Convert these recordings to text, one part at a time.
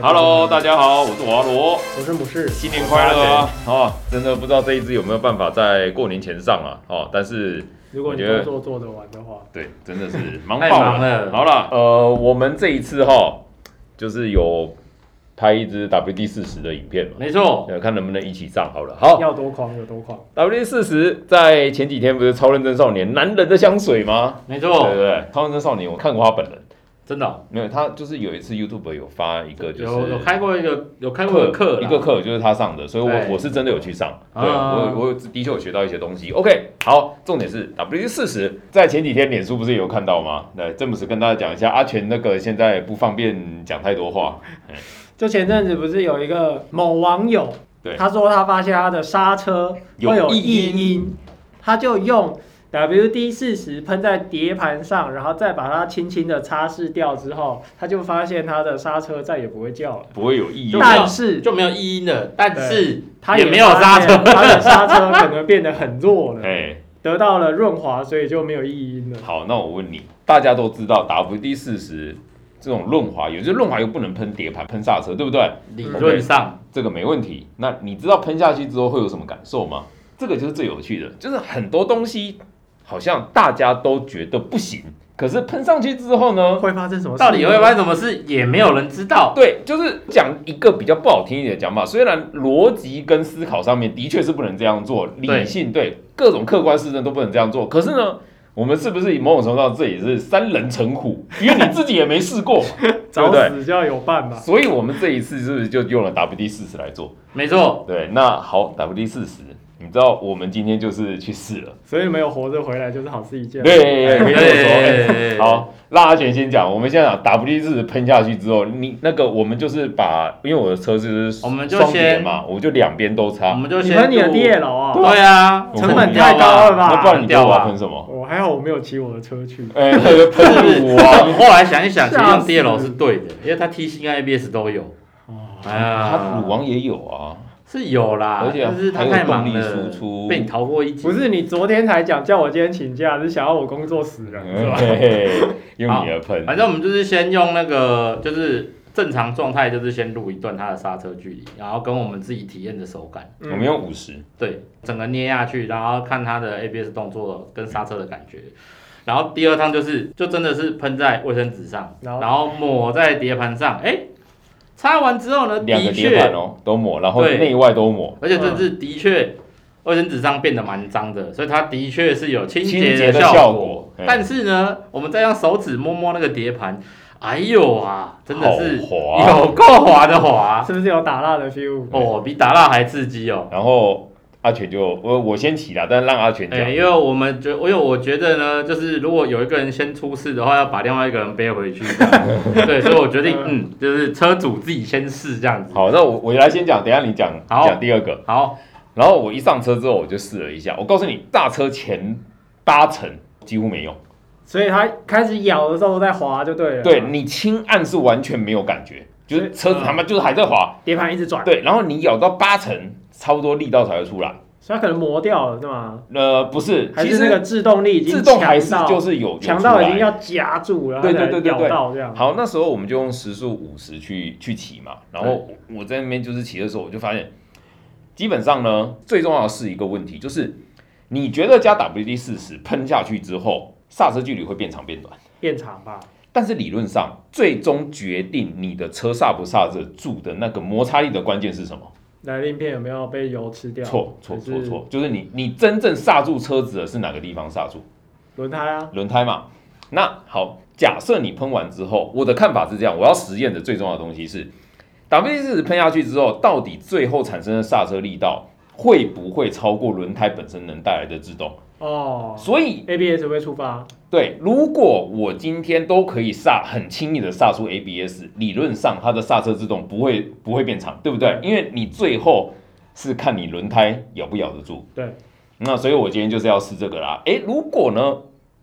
Hello，大家好，我是瓦罗，我是母士，新年快乐啊！哦，真的不知道这一支有没有办法在过年前上啊？哦，但是如果你我觉得工作做得完的话，对，真的是 忙爆太忙了好了，呃，我们这一次哈，就是有拍一支 WD 四十的影片嘛，没错，呃看能不能一起上好了。好要多狂有多狂。 ，WD 四十在前几天不是超认真少年男人的香水吗？没对错，对对，超认真少年，我看过他本人，真的哦、没有他就是有一次 YouTube 有发一个，就是有有开过一个有开过一个课啦，一个课就是他上的，所以我对我是真的有去上，对啊我我的确有学到一些东西。OK，好，重点是 W 四十，在前几天脸书不是也有看到吗？对，詹姆斯跟大家讲一下，阿全那个现在不方便讲太多话，就前阵子不是有一个某网友对，他说他发现他的刹车会有有异音异音，他就用 WD 四十喷在碟盘上，然后再把它轻轻的擦拭掉之后，他就发现他的刹车再也不会叫了。不会有异就议没。有但是就没有异音的，但是他也没有刹车，发现 他的刹车可能变得很弱了，哎，得到了润滑，所以就没有异 音了。好，那我问你，大家都知道 WD 四十这种润滑油，就是润滑油不能喷碟盘、喷刹车，对不对？理论上这个没问题。那你知道喷下去之后会有什么感受吗？这个就是最有趣的，就是很多东西好像大家都觉得不行，可是喷上去之后呢，会发生什么事？到底会发生什么事也没有人知道，对，就是讲一个比较不好听一点的讲法，虽然逻辑跟思考上面的确是不能这样做，理性对各种客观事证都不能这样做，可是呢。我们是不是某种程度上这也是三人成虎？因为你自己也没试过嘛，对不找对？死就要有伴吧。所以我们这一次是不是就用了 WD 四十来做？没错，对，那好，WD 四十，你知道我们今天就是去试了。所以没有活着回来就是好事一件。对，，可以这么说。哎对好，那阿全先讲，我们先讲 WD 四十喷下去之后，你那个我们就是把，因为我的车就是我们就双碟先嗯嘛，我就两边都我擦。们就你先喷你的录 DL 啊、对啊，成本我们要太高了吧那不然你叫掉我吧喷什么？我哦还好我没有骑我的车去。哎，那个喷乳啊，我后来想一想，其实吓用死 DL 是对的，因为它 T 型 IBS 都有。哦，哎它呀乳，王也有啊。是有啦，而且但是它还有太忙动力了，输出被你逃过一劫。不是你昨天才讲叫我今天请假，是想要我工作死人是吧？嘿嘿，用你的喷。反正我们就是先用那个，就是正常状态，就是先录一段它的刹车距离，然后跟我们自己体验的手感，嗯我们用五十，对，整个捏下去，然后看它的 ABS 动作跟刹车的感觉。然后第二趟就是，就真的是喷在卫生纸上，然然后后抹在碟盘上，哎，擦完之后呢，两个的碟盘确，哦，都抹，然后对内外都抹，而且这是的确，卫生纸上变得蛮脏的，所以它的确是有清清洁洁的的效效果果嘿。但是呢，我们再用手指摸摸那个碟盘，哎呦啊，真的是好滑啊有够滑 的滑是不是有打蜡的 feel？哦，比打蜡还刺 激哦。然后阿全就我我先起啦，但让阿全哎、讲。因为我们觉，因为我觉得呢，就是如果有一个人先出事的话，要把另外一个人背回去。 对，所以我决定，嗯，就是车主自己先试这样子。好，那我我来先讲，等一下你讲好讲第二个。好，然后我一上车之后，我就试了一下，我告诉你，刹车前八成几乎没用，所以它开始咬的时候在滑就对了。啊嗯对，你轻按是完全没有感觉，就是车子他妈就是还在滑，碟盘一直转，对，然后你咬到八成，差不多力道才会出来。所以它可能磨掉了，是吗？呃，不是，还其是那个实制动力已经自动还是强到就是有有强出到来已经要夹住了，对对它才对对对咬到这样。好，那时候我们就用时速五十去去骑嘛，然后我我在那边就是骑的时候，我就发现，基本上呢，最重要的是一个问题，就是你觉得加 WD 四十喷下去之后，刹车距离会变长变短，变长吧，但是理论上，最终决定你的车刹不刹得住的那个摩擦力的关键是什么？来令片有没有被油吃掉？错错错啊还是错，就是你你真正刹住车子的是哪个地方刹住？轮胎啊，轮胎嘛。那好，假设你喷完之后，我的看法是这样，我要实验的最重要的东西是，W 四十喷下去之后，到底最后产生的刹车力道会不会超过轮胎本身能带来的制动？哦所以， ，ABS 会触发，对，如果我今天都可以刹很轻易的刹出 ABS，理论上它的刹车制动不会不会变长，对不对？因为你最后是看你轮胎咬不咬得住。对，那所以我今天就是要试这个啦。诶，如果呢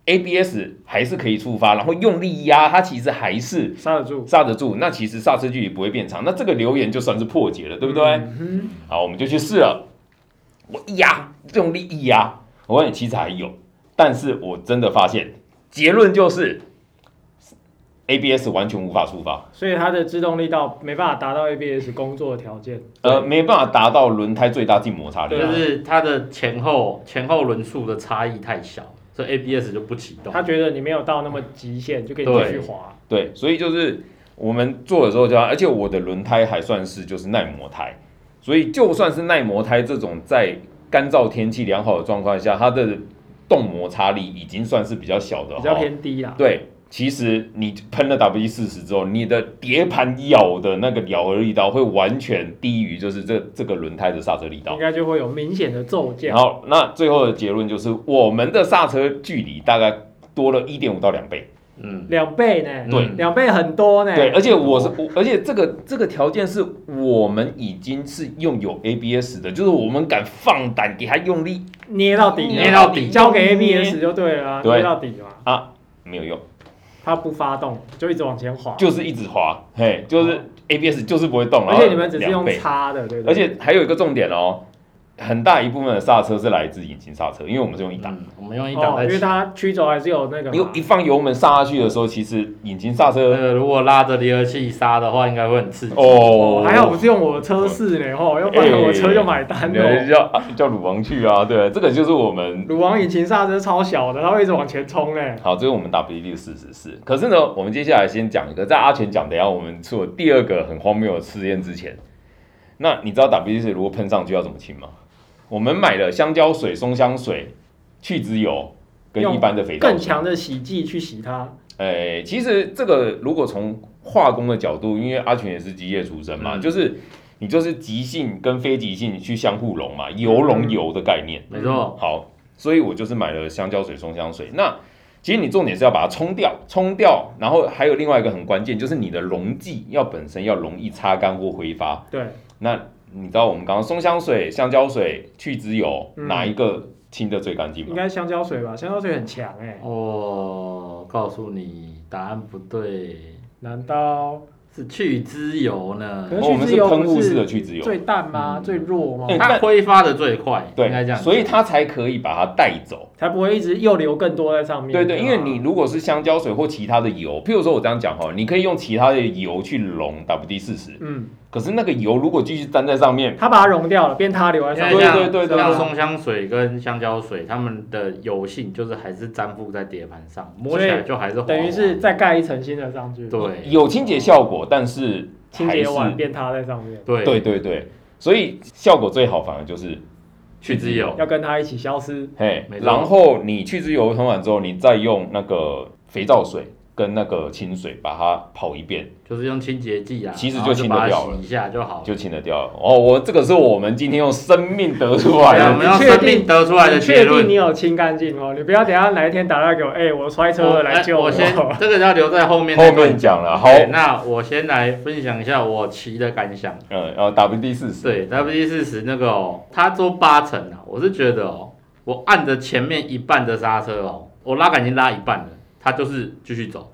ABS 还是可以触发，然后用力压它，其实还是刹得住，刹得住，那其实刹车距离不会变长，那这个留言就算是破解了，对不对？嗯好，我们就去试了。我一压，用力一压，我问你其实还有，但是我真的发现结论就是 ABS 完全无法触发，所以它的制动力道没办法达到 ABS 工作的条件。呃，没办法达到轮胎最大静摩擦力对。啊就是它的前后前后轮数的差异太小，所以 ABS 就不启动。他觉得你没有到那么极限，就可以继续滑。对，所以就是我们做的时候就要，而且我的轮胎还算是就是耐磨胎，所以就算是耐磨胎这种在干燥天气良好的状况下，它的动摩擦力已经算是比较小的，比较哈偏低啦。对，其实你喷了 W 四十之后，你的碟盘咬的那个咬的力道会完全低于就是这这个轮胎的刹车力道应。该就会有明显的骤降然。后那最后的结论就是，我们的刹车距离大概多了一点五到两倍。嗯，两倍呢？对嗯两倍很多呢。哦对，而且我是，我而且这个这个条件是我们已经是用有 ABS 的，就是我们敢放胆给它用力捏到底，啊捏到底交给 ABS 就对了啊，对捏到底嘛，啊，没有用，它不发动，就一直往前滑。就是一直滑，嘿，就是哦 ABS 就是不会动，而然后且你们只是两用倍擦的，对不对？而且还有一个重点哦，很大一部分的刹车是来自引擎刹车，因为我们是用一档，嗯我们用一档哦，在因为启。它曲轴还是有那个嘛，你一放油门刹下去的时候，其实引擎刹嗯车呃，如果拉着离合器刹的话，应该会很刺激。哦，还好不是用我的车试呢，吼，要不哎然我车就买单哦对了。叫啊叫鲁王去啊，对，这个就是我们鲁王引擎刹车超小的，它会一直往前冲嘞。好，这是我们 W 六四十四。可是呢，我们接下来先讲一个，在阿全讲等一下我们做第二个很荒谬的试验之前，那你知道 W 四如果喷上去要怎么清吗？我们买了香蕉水、松香水、去脂油跟用一般的肥皂水，更强的洗剂去洗它，哎，其实这个如果从化工的角度，因为阿全也是机械出身嘛，嗯就是你就是极性跟非极性去相互溶嘛，油嗯溶油的概念。没错，好，所以我就是买了香蕉水、松香水。那其实你重点是要把它冲掉，冲掉，然后还有另外一个很关键，就是你的溶剂要本身要容易擦干或挥发。对，那你知道我们刚刚松香水、香蕉水、去脂油、嗯哪一个清的最干净应吗？该香蕉水吧？香蕉水很强哎，我哦告诉你，答案不对，难道是去脂油呢可。哦我们去脂是油喷雾不是式的去脂油，最淡吗？嗯最弱吗？嗯它挥发的最快，应该这对，样讲。所以它才可以把它带走。才不会一直又流更多在上面。对对，因为啊你如果是香蕉水或其他的油，譬如说我这样讲哈，你可以用其他的油去溶 WD 四十，嗯，可是那个油如果继续粘在上面，它把它溶掉了，变它留在上面。因为像对对对对像松香水跟香蕉水，它们的油性就是还是粘附在碟盘上，摸起来就还是滑滑等于是再盖一层新的上去，对有清洁效果，但是清还洁是完变它在上面，对对对对，所以效果最好反而就是去脂油，要跟它一起消失。嘿没，错然后你去脂油喷完之后，你再用那个肥皂水跟那个清水把它跑一遍，就是用清洁剂啊，其实然就后清就得把它掉了洗一下就好了。就清得掉了。哦，我这个是我们今天用生命得出来对啊，我的们要生命得出来的你结确定你论。有清干净哦？你不要等一下哪一天打电话给我，哎、我摔车了，来哎救我先这个要留在后面再后论面讲了，好，对那我先来分享一下我骑的感想。嗯，然后 WD 四十，对，WD 四十那个哦，它做八成啊，我是觉得哦，我按着前面一半的刹车哦，我拉杆已经拉一半了，它就是继续走，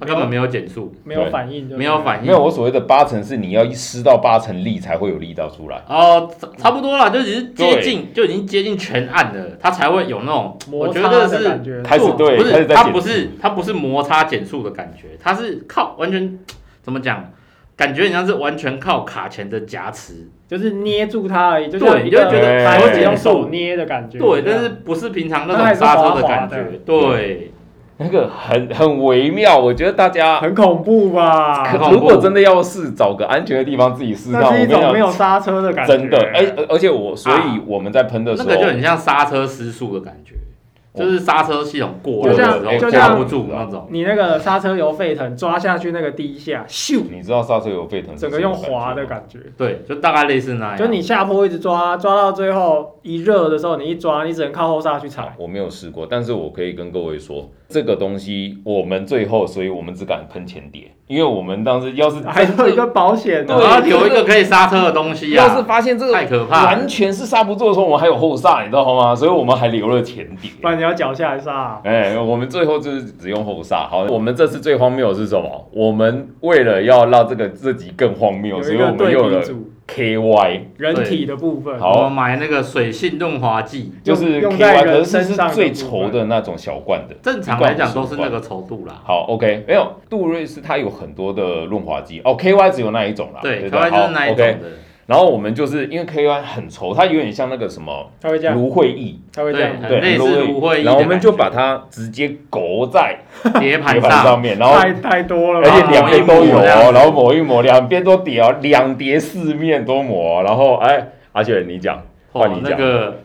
它根本没有减速， 没有反应就没有反应，没有，我所谓的八成是你要一施到八成力才会有力道出来。哦，差差不多啦，就只是接近，就已经接近全暗了，它才会有那种，摩我擦觉得的感是觉。开始做对不开始是在它减不是它不是摩擦减速的感觉，它是靠完全怎么讲，感觉很像是完全靠卡钳的夹持，就是捏住它而已，就对像你就会觉得还哎会只用手捏的感觉。对，这样但是不是平常那它还是种刹滑车滑感的觉，对，那个很很微妙，我觉得大家很恐怖吧？可很恐怖如果真的要试，找个安全的地方自己试那上。是我一跟种没你有刹车的讲，感觉。啊真的，哎而而而且我，所以我们在喷的时那候，哦个就很像刹车失速的感觉，就是刹车系统过就热像的时就候像抓不住那种，你那个刹车油沸腾，抓下去那个第一下，咻，你知道刹车油沸腾，整个用滑的感觉。对，就大概类似那样，就你下坡一直抓，抓到最后一热的时候，你一抓，你只能靠后刹去踩。我没有试过，但是我可以跟各位说，这个东西我们最后，所以我们只敢喷前碟，因为我们当时要是还有一个保险呢哎对我，要留一个可以刹车的东西要是啊，发现这个太可怕了完。全是刹不住的时候，我们还有后刹，你知道吗？所以我们还留了前碟。 不然你要脚下来刹啊。哎、我们最后就是只用后刹。好，我们这次最荒谬的是什么？我们为了要让这个这集更荒谬，有所一以我个们对用了比组， KY，人体的部分。好我买那个水性润滑剂，就用是用在 KY，可人是身是上的最部稠分的那种小罐的。正常来讲都是那个稠度啦。好，OK，没有杜瑞斯它有很多的润滑剂哦，KY 只有那一种啦，对，不台湾就是那一种好，OK 的。然后我们就是因为 KY 很稠，它有点像那个什么它会这样，芦荟液，它会这样，很对，类似芦荟液的然后我们感就觉把它直接勾在碟碟盘盘上上，哦面，然后太太多了而且吧？两边抹都一抹有这样哦，子然后抹一抹，两边都叠哦，两叠四面都抹哦，然后哎，阿雪你讲，换哦你，那讲，个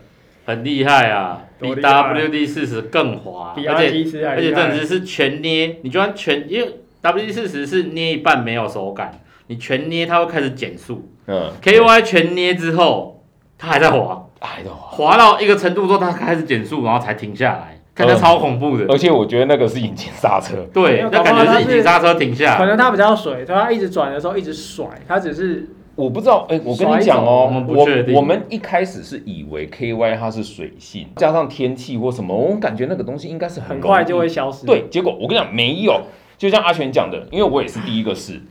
很厉害啊，比多厉害 WD 四十更滑，比而阿且基斯还而且厉这害只。是全捏，你就算全，因为 WD 四十是捏一半没有手感，你全捏它会开始减速嗯，KY 全捏之后它还在滑，哎呦，滑到一个程度之后它开始减速，然后才停下来，看它嗯超恐怖的，而且我觉得那个是引擎刹车，没对有，那搞不感好觉它是引是擎刹车停下可来。能它比较水，它一直转的时候一直甩，它只是我不知道，哎、我跟甩你手讲哦我们，不我确定我们一开始是以为 KY 它是水性，加上天气或什么，我感觉那个东西应该是很容快易就会消失。，对，结果我跟你讲，没有，就像阿全讲的，因为我也是第一个试，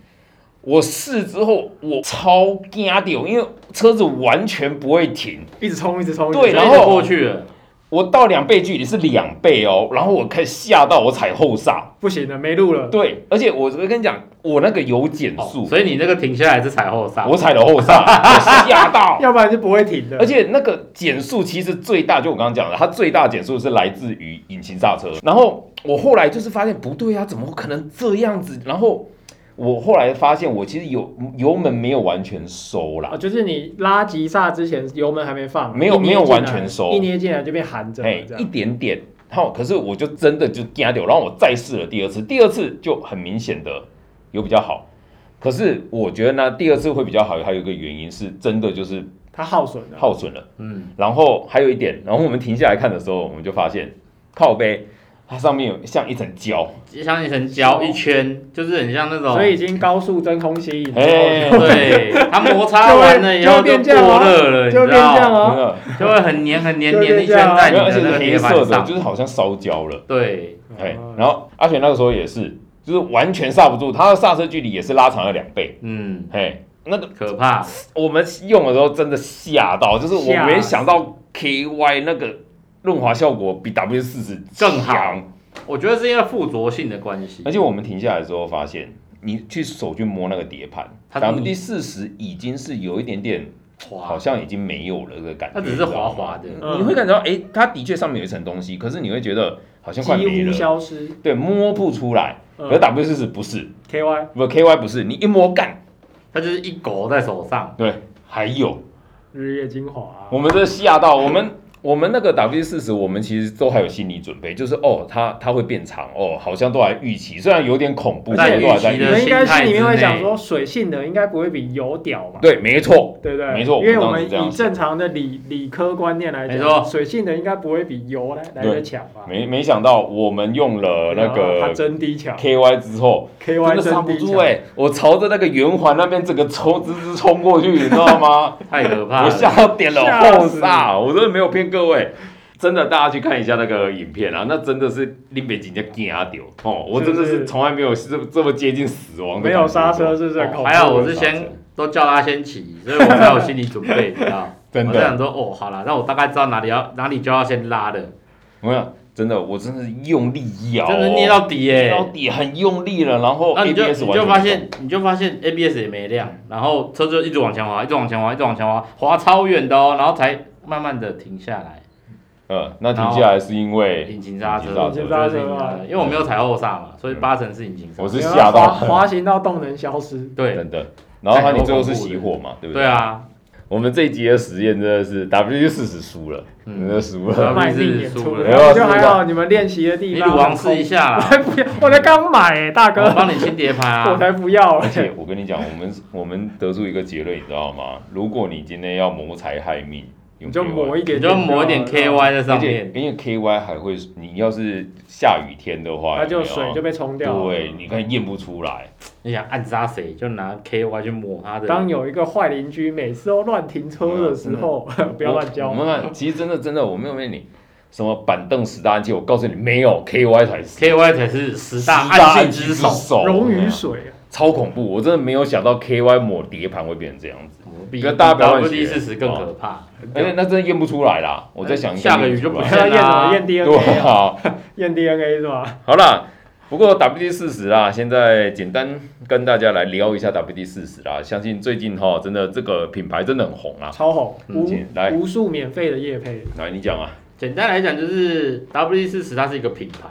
我试之后我超惊掉，因为车子完全不会停，一直冲，一直冲。一直对冲然所以后就过去了，我到两倍距离是两倍哦，然后我开始吓到我踩后刹，不行了，没路了。对，而且我我跟你讲，我那个有减速，哦所以啊你那个停下来是踩后刹，我踩了后刹，我吓到。要不然就不会 停的。而且那个减速其实最大，就我刚刚讲的，它最大减速是来自于引擎刹车。然后我后来就是发现不对啊，怎么可能这样子？然后我后来发现我其实有油门没有完全收啊，啦，就是你拉急刹之前，油门还没放，没有一捏没有进来完全收一捏进来就变含着了，哎这，一样点点。然后可是我就真的就加掉，然后我再试了第二次，第二次就很明显的有比较好。可是我觉得呢，第二次会比较好，还有一个原因是真的就是它耗损的。耗损了。嗯，然后还有一点，然后我们停下来看的时候，我们就发现靠背它上面有像一层胶，就像一层胶一圈，就是很像那种，所以已经高速真空吸引，哎，对，它摩擦完了以后就会过热了，你就会变这样啊就会变这样啊真的，知道，就会很黏很黏就会黏变哦一圈在没你有而且的那是个黑碟色盘的，上就，是好像烧焦了，对，哎，哦然后阿全那个时候也是，就是完全刹不住，它的刹车距离也是拉长了两倍，嗯，嘿，那个可怕，我们用的时候真的吓到，就是我吓没想到 KY 那个润滑效果比 W 四十更好，我觉得是因为附着性的关系而，且我们停下来之后发现。你去手去摸那个碟盘，它咱们第四十已经是有一点点好滑，像已经没有了的感觉，它只是滑滑的你，知道吗。嗯你会感觉到，哎、它的确上面有一层东西，可是你会觉得好像快没几乎了，消失。对，摸不出来。嗯而 W 四十不是， KY 不 KY 不是，你一摸干，它就是一勾在 手上，对，还有，日月精华，啊我们这吓到我们。我们那个 W 四十，我们其实都还有心理准备，就是哦，它它会变长哦，好像都还预期，虽然有点恐怖，而且但是都还在预预你期的期。们应该是里面会心态想之说，水性的应该不会比油屌吧？对，没错，对不对？没错因为我我们们当时这样以正常的理理科观念来没错讲，水性的应该不会比油来来的对强吧？没没想到我们用了那啊它个真低强 KY 之后， ，KY 真的刹真不低住强哎、，我朝着那个圆环那边整个冲直直冲过去，你知道 吗？太可怕我吓了，到点了吓后死煞，我真的没有骗各位。真的，大家去看一下那个影片啊，那真的是林北景叫惊掉哦！我真是的不是是从来没有这这么接近死亡的感觉过，没有刹车是不是很恐怖？还好我是刹车先都叫他先骑，所以我才有心理准备，你知道。 真我在的，想说，哦，好了，那我大概知道哪里要哪里就要先拉的，我想真的，我真的是用力咬哦，哦真的捏到底耶、捏到底，很用力了，然后那你就 ABS 完你全就不发动现，你就发现 ABS 也没亮，然后车就一直往前滑，一直往前滑，一直往前滑，滑超远的哦，然后才慢慢的停下来。嗯，那停下来是因为引擎刹车，引擎刹车我觉得是引擎刹车因为我没有踩后刹嘛，所以八成是引擎刹啊我车。是吓滑到，啊滑行到动能消失，对真的，然后他太你最后恐是怖熄了火嘛，对不对啊，我们这一集的实验真的是 W 四十输了，真的嗯，输了。卖命演出，没有啊就还好你们练习的地你方。鲁王试一下 啦，还不要， 我才刚买、欸，大我哥，帮你清碟盘 我啊。才不要、而欸。且我跟你讲，我们我们得出一个结论，你知道吗？如果你今天要谋财害命，你用就 KY 抹一点你点好就了，抹一点 KY 在上而且面，因为 KY 还会，你要是下雨天的话，它有就没有哎水就被冲掉了。对，你看验不出来，你想暗杀谁就拿 KY 去抹他的。当有一个坏邻居每次都乱停车的时候， 不要乱我教。们看，其实真的真的，我没有骗你，什么板凳十大暗器，我告诉你，没有 KY 才是 KY 才是十大十大暗器器之之首，首， 溶于水，超恐怖，我真的没有想到 KY 抹碟盘会变成这样子，比可是大家不要乱 WD 学哦四十更可怕。而且那真的验不出来啦。我在想，下个雨就不来。见要验什么？啦验对 DNA 啊？啊，验 DNA 是吧？好啦，不过 WD 四十啦，现在简单跟大家来聊一下 WD 四十啦。相信最近哈，真的这个品牌真的很红啊。超红，嗯无请来无数免费的夜配，来，你讲啊。简单来讲，就是 WD 四十它是一个品牌，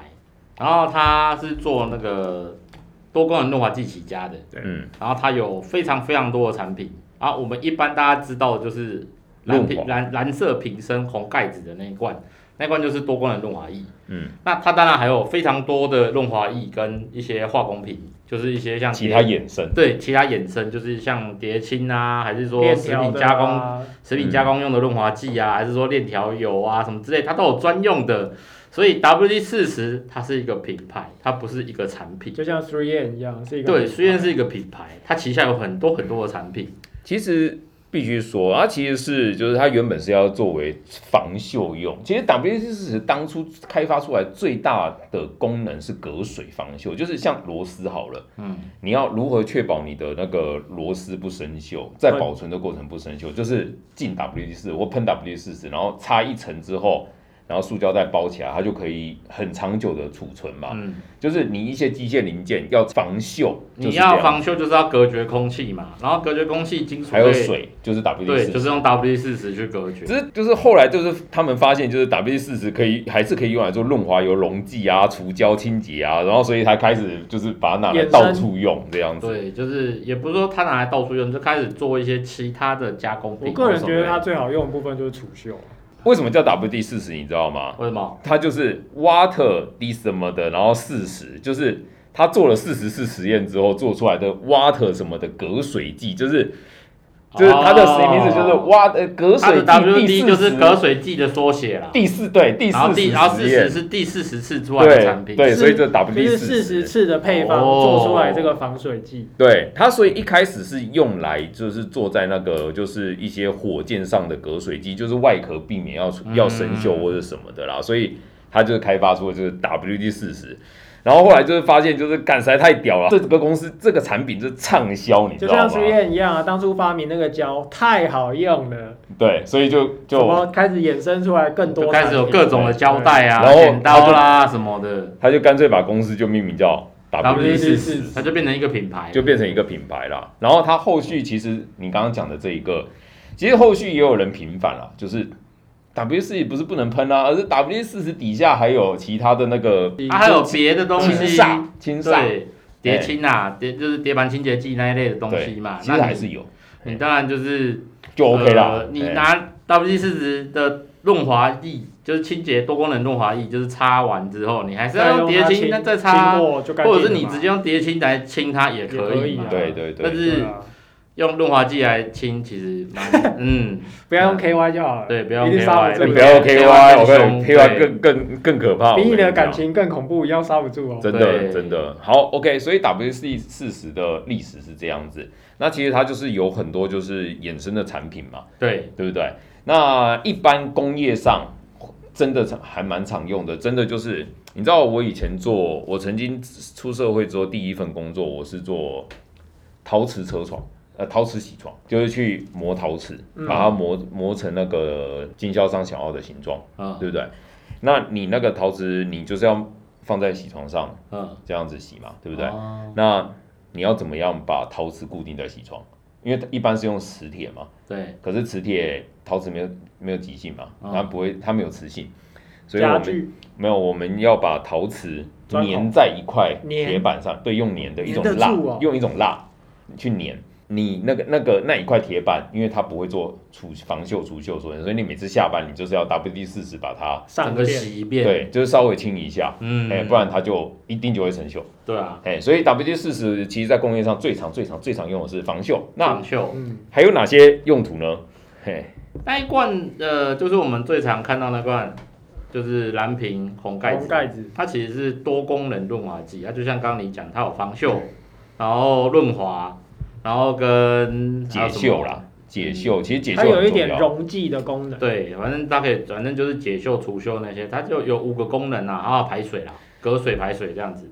然后它是做那个多功能润滑剂起家的，嗯，然后它有非常非常多的产品。然后我们一般大家知道的就是蓝润瓶滑，蓝蓝色瓶身红盖子的那一罐，那一罐就是多功能润滑液。嗯，那它当然还有非常多的润滑液跟一些化工品，就是一些像其碟他衍生，对其他衍生，就是像碟青啊，还是说链食条品的加工啊，食品加工用的润滑剂啊，还是说链条油啊什么之类，它都有专用的。所以 WD 四十它是一个品牌，它不是一个产品。就像 Three N 一样，是一个对，虽然是一个品牌，它旗下有很多很多的产品。其实必须说，它其实是就是它原本是要作为防锈用。其实 W 四十当初开发出来最大的功能是隔水防锈，就是像螺丝好了，嗯，你要如何确保你的那个螺丝不生锈，在保存的过程不生锈，就是进 WD 四或喷 WD 四十，然后擦一层之后。然后塑胶袋包起来，它就可以很长久的储存嘛。嗯，就是你一些机械零件要防锈，就是你这样要防锈就是要隔绝空气嘛，然后隔绝空气金属还有类，水，就是对， WD 就四是十。用 WD 四十去隔绝。只是就是后来就是他们发现，就是 WD 四十可以还是可以用来做润滑油溶剂啊、除胶清洁啊，然后所以他开始就是把它拿来衍生到处用这样子。对，就是也不是说它拿来到处用，就开始做一些其他的加工品。我个人觉得它最好用的部分就是储锈，为什么叫 WD 四十？你知道吗？为什么？它就是 water 滴什么的，然后四十，就是他做了四十次实验之后做出来的 water 什么的隔水剂，就是就是它的实验名字就是哦 water 呃隔它水的剂 WD 第就四是十隔水剂的缩写啦。第四对第然后四第十然后四实十验，是第四十次出来的产对品，对，是所以这就 WD 是四十十。次的配方哦做出来这个防水剂，对它，所以一开始是用来就是做在那个就是一些火箭上的隔水机，就是外壳避免要要生锈或者什么的啦，所以它就是开发出了就是 WD 四十，然后后来就是发现就是干实在太屌了，这整个公司这个产品就是畅销，你就知道像吗？ Three N 一样啊，当初发明那个胶太好用了，对，所以就怎么就开始衍生出来更多就产开品，始有各种的胶带啊、对剪刀啦什么的他就干脆把公司就命名叫 WD 四十。 ，WD 它就变成一个品牌，就变成一个品牌啦。然后它后续其实你刚刚讲的这一个，其实后续也有人平反啦，就是 W 四十不是不能喷啊，而是 W 四十底下还有其他的那个它啊还有别的东清西，煞、清煞，对，碟清啊，碟就是碟盘清洁剂那一类的东西嘛。哎其那实你还是有，你当然就是就 OK 啦呃。你哎拿 WD 四十的润滑液，就是清洁多功能润滑液，就是擦完之后，你还是再要用用它碟清清，那再擦啊经，过就干净或了者是你嘛直接用碟清来清它也也可可以以嘛啊。对对对但对是啊用润滑剂来清，其实 蛮嗯，不要用 KY 就好了，对不要用一定杀 KY 住你不要 KY，我跟你对 KY 更更更可怕，比你我跟的讲感情更恐怖，要刹不住哦。真的对真的好，OK，所以 WC 四十的历史是这样子，那其实它就是有很多就是衍生的产品嘛，对，对不对？那一般工业上真的还蛮常用的，真的就是你知道我以前做，我曾经出社会之后第一份工作，我是做陶瓷车床。呃，陶瓷铣床就是去磨陶瓷，嗯把它磨磨成那个经销商想要的形状，嗯对不对？那你那个陶瓷，你就是要放在铣床上嗯，哦这样子洗嘛，对对不对？那你要怎么样把陶瓷固定在铣床？因为一般是用磁铁嘛，对，可是磁铁陶瓷没有没有极性嘛，哦它不会，它没有磁性，所以我家们具没有，我们要把陶瓷钻孔粘在一块粘铁板上，对，用粘的一种粘得蜡，住哦用一种蜡去粘。你那个那个那一块铁板，因为它不会做除防锈除锈所以，所以你每次下班你就是要 WD 四十把它，整上个电，洗一遍，，对，就是稍微清一下，哎、嗯，不然它就一定就会生锈，对啊，哎、所以 WD 四十其实在工业上最常最常最常用的是防锈。那防锈嗯，还有哪些用途呢？嘿，那一罐，呃，就是我们最常看到那罐，就是蓝瓶红盖红子，盖子，它其实是多功能润滑剂，它就像刚刚你讲，它有防锈，然后润滑，然后跟解锈，啦，解锈，其实解它锈有很一重点要。溶剂的功能，对，反正它可以，反正就是解锈、除锈那些，它就有五个功能啊，然后排水啦，隔水排水这样子，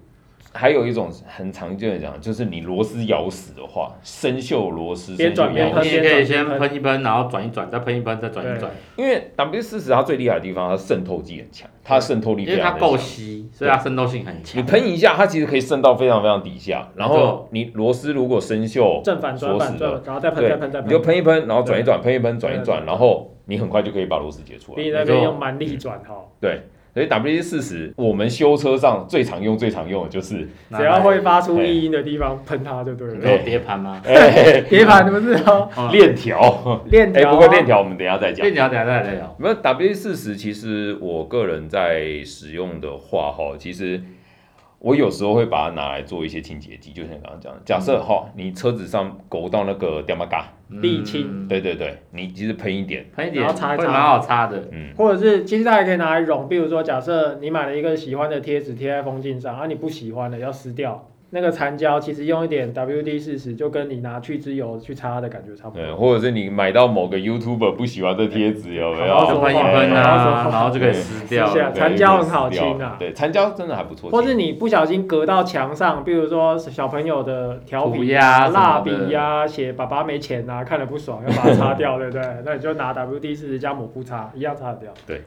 还有一种很常见的讲，就是你螺丝咬死的话，生锈螺丝边转生锈边咬喷死你也可以先喷一喷，然后转一转，再喷一喷，再转一转，因为 W 四十它最厉害的地方，它渗透剂很强，它渗透力因非为它常的够强。稀，所以它渗透性很你强。喷一下，它其实可以渗到非常非常底下。然没后错你螺丝如果生锈，正反转锁反死转了，然后再喷对再喷再你就喷，喷一喷，然后转一转，喷一喷，转一对转，然后你很快就可以把螺丝解出比来。你那边用蛮力转哦哈，所以 W 四十我们修车上最常用、最常用 的就是只要会发出嘿异音的地方喷它就对你了。有碟盘吗？哎碟盘不是哦，哦链条。链哎，条啊，不过链条我们等一下再讲链。条等一下再来哦聊。没有 W 四十，其实我个人在使用的话，哈，其实我有时候会把它拿来做一些清洁剂，就像你刚刚讲的，假设哈、你车子上勾到那个掉马嘎，沥青嗯，对对对，你其实喷一点，喷一然点，后擦一会擦蛮好擦的。嗯，或者是其实它还可以拿来融，比如说假设你买了一个喜欢的贴纸贴在封镜上，啊你不喜欢的要撕掉，那个残胶其实用一点 WD 四十就跟你拿去脂油去擦的感觉差不对，多。或者是你买到某个 YouTuber 不喜欢的贴纸，有哎没好好就有？说喷一话好喷好啊，说话然后就可以撕掉撕下了。对残胶很好清啊有点死掉对，残胶真的还不错清，或是你不小心隔到墙上，比如说小朋友的调涂笔鸦啊、什么的蜡笔呀、写爸爸没钱啊，看了不爽要把它擦掉，对不对？那你就拿 WD 四十加抹布擦，一样擦得掉。对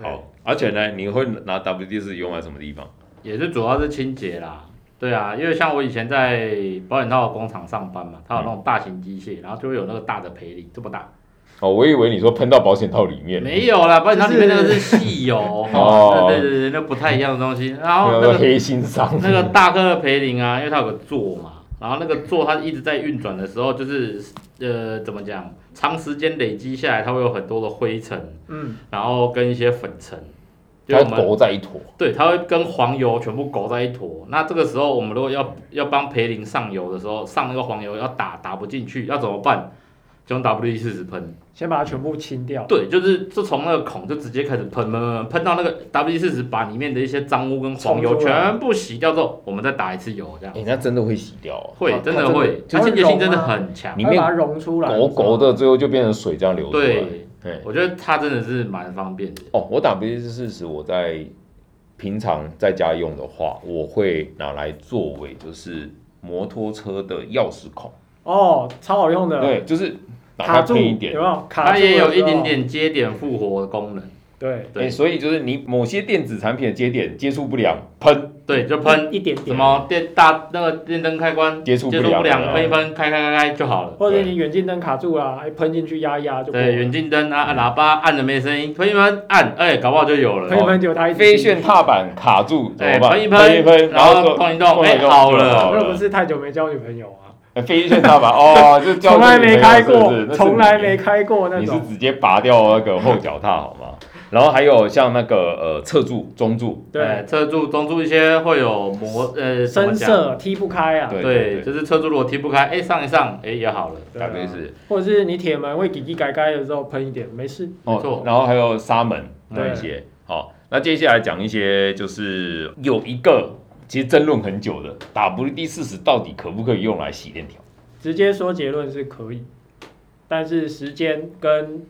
好，而且呢，你会拿 WD 四用在什么地方？也是主要是清洁啦。对啊，因为像我以前在保险套的工厂上班嘛，它有那种大型机械，然后就会有那个大的培林，这么大。哦，我以为你说喷到保险套里面，没有啦，保险套里面那个是细油，哦哦，对对对，那不太一样的东西。然后那那个个黑心伤，那个大颗的培林啊，因为它有个座嘛，然后那个座它一直在运转的时候，就是呃怎么讲，长时间累积下来，它会有很多的灰尘，嗯，然后跟一些粉尘。就它是我们勾在一坨，对，它会跟黄油全部勾在一坨。那这个时候，我们如果要要帮培林上油的时候，上那个黄油要打打不进去，要怎么办？就用 W 四十喷。先把它全部清掉。对，就是就从那个孔就直接开始喷喷喷，喷到那个 W 四十把里面的一些脏污跟黄油冲出来全部洗掉之后，我们再打一次油，这样哎，那真的会洗掉哦。它会真的真的会，它它会清洁性真的溶吗很强里。面要把它融出来。狗狗的，最后就变成水这样流出来。对，对，我觉得它真的是蛮方便的。哦，我打 B 是四十，我在平常在家用的话，我会拿来作为就是摩托车的钥匙孔，哦，超好用的。对，就是打卡开住喷一有点没。有？卡它住也的有一时候点。点接点复活的功能，对哎、对所以就是你某些电子产品的接点接触不良，喷对，就喷一点什点，么电大那个电灯开关接触不接触不良，啊良，喷一喷，开开开开就好了。或者你远近灯卡住了，一哎喷进去压一压就过了对，远近灯啊，按喇叭按了没声音，喷一喷按，哎，搞不好就有喷一了。喷就它一直飞吸旋踏板卡住怎对，么办？哎喷一喷一喷，然就后动一动，哎，好了。好了哦那不是太久没交女朋友啊，哎飞旋踏板哦，就叫从来没开这个名字是过，不是从来没那是开过那你是种。直接拔掉那个后脚踏好吗？ 然后还有像那个呃侧柱、中柱，对，哎，侧柱、中柱一些会有磨，呃，怎么深讲，色踢不开啊，对对，就是侧柱如果踢不开，哎，上一上，哎，也好了。对啊特别是或者是你铁门会叽叽改改的时候喷一点，没事。没错哦然后还有沙门对那一些。好，那接下来讲一些就是有一个其实争论很久的 WD 四十到底可不可以用来洗链条？直接说结论是可以，但是时间跟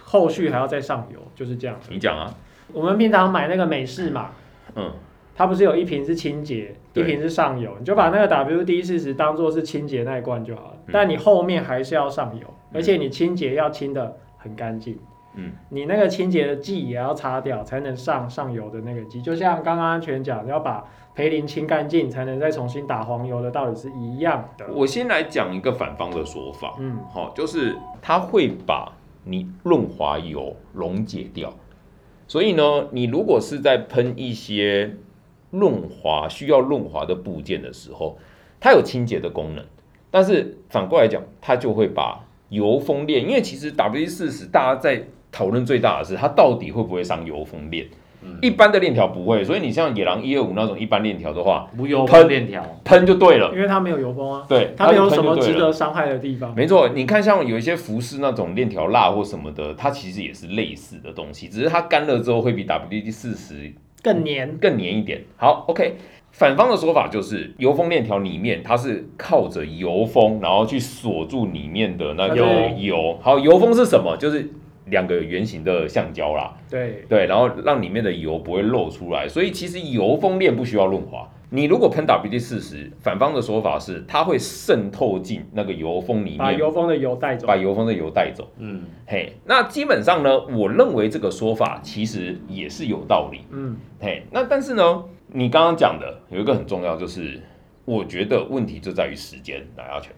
后续还要再上游，就是这样。你讲啊，我们平常买那个美式嘛，嗯，它不是有一瓶是清洁，一对瓶是上游，你就把那个 WD 四十当做是清洁那一罐就好了。嗯但你后面还是要上游，嗯而且你清洁要清的很干净。嗯，你那个清洁的剂也要擦掉，才能上上游的那个剂。就像刚刚安全讲，要把培林清干净，才能再重新打黄油的道理是一样的。我先来讲一个反方的说法，嗯，好、就是它会把你润滑油溶解掉，所以呢，你如果是在喷一些润滑需要润滑的部件的时候，它有清洁的功能，但是反过来讲，它就会把油封链，因为其实 W 四十大家在讨论最大的是它到底会不会上油封链，嗯一般的链条不会，所以你像野狼一二五那种一般链条的话，无油喷喷链条，喷就对了，因为它没有油封啊，对，它没有就什喷就么对值了得伤害的地方。没错，你看像有一些服饰那种链条蜡或什么的，它其实也是类似的东西，只是它干了之后会比 WD 四十更黏，更黏一点。好，OK。反方的说法就是，油封链条里面它是靠着油封，然后去锁住里面的那个油油。好，油封是什么？就是两个圆形的橡胶啦，对，对，然后让里面的油不会漏出来。所以其实油封链不需要润滑，你如果喷 WD 四十，反方的说法是它会渗透进那个油封里把面，油封的油带走嗯把。油封的油带走。嗯，嘿，那基本上呢，我认为这个说法其实也是有道理。嗯，嘿，那但是呢，你刚刚讲的有一个很重要，就是我觉得问题就在于时间来阿全。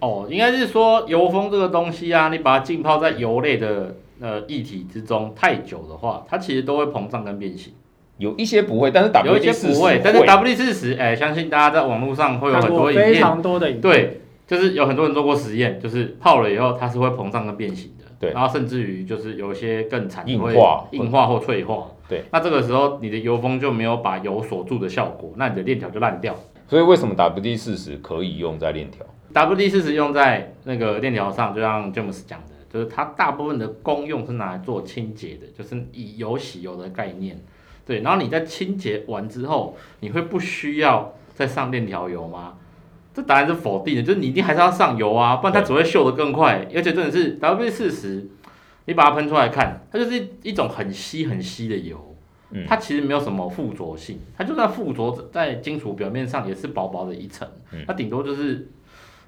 哦，应该是说油封这个东西啊，你把它浸泡在油类的呃液体之中太久的话，它其实都会膨胀跟变形。有一些不会，但是 W 有一些不会，但是 W 四十，哎，相信大家在网络上会有很看过多影非片，常多的影片，对，就是有很多人做过实验，就是泡了以后它是会膨胀跟变形的，对然后甚至于就是有一些更惨硬会化硬化或脆化，对，那这个时候你的油封就没有把油锁住的效果，那你的链条就烂掉。所以为什么 WD 四十可以用在链条？ WD 四十用在那个链条上，就像 James 讲的，就是它大部分的功用是拿来做清洁的，就是以油洗油的概念。对，然后你在清洁完之后，你会不需要再上链条油吗？这答案是否定的，就是你一定还是要上油啊，不然它只会锈得更快。而且真的是 W 四十，你把它喷出来看，它就是一种很稀很稀的油嗯，它其实没有什么附着性，它就算附着在金属表面上也是薄薄的一层嗯，它顶多就是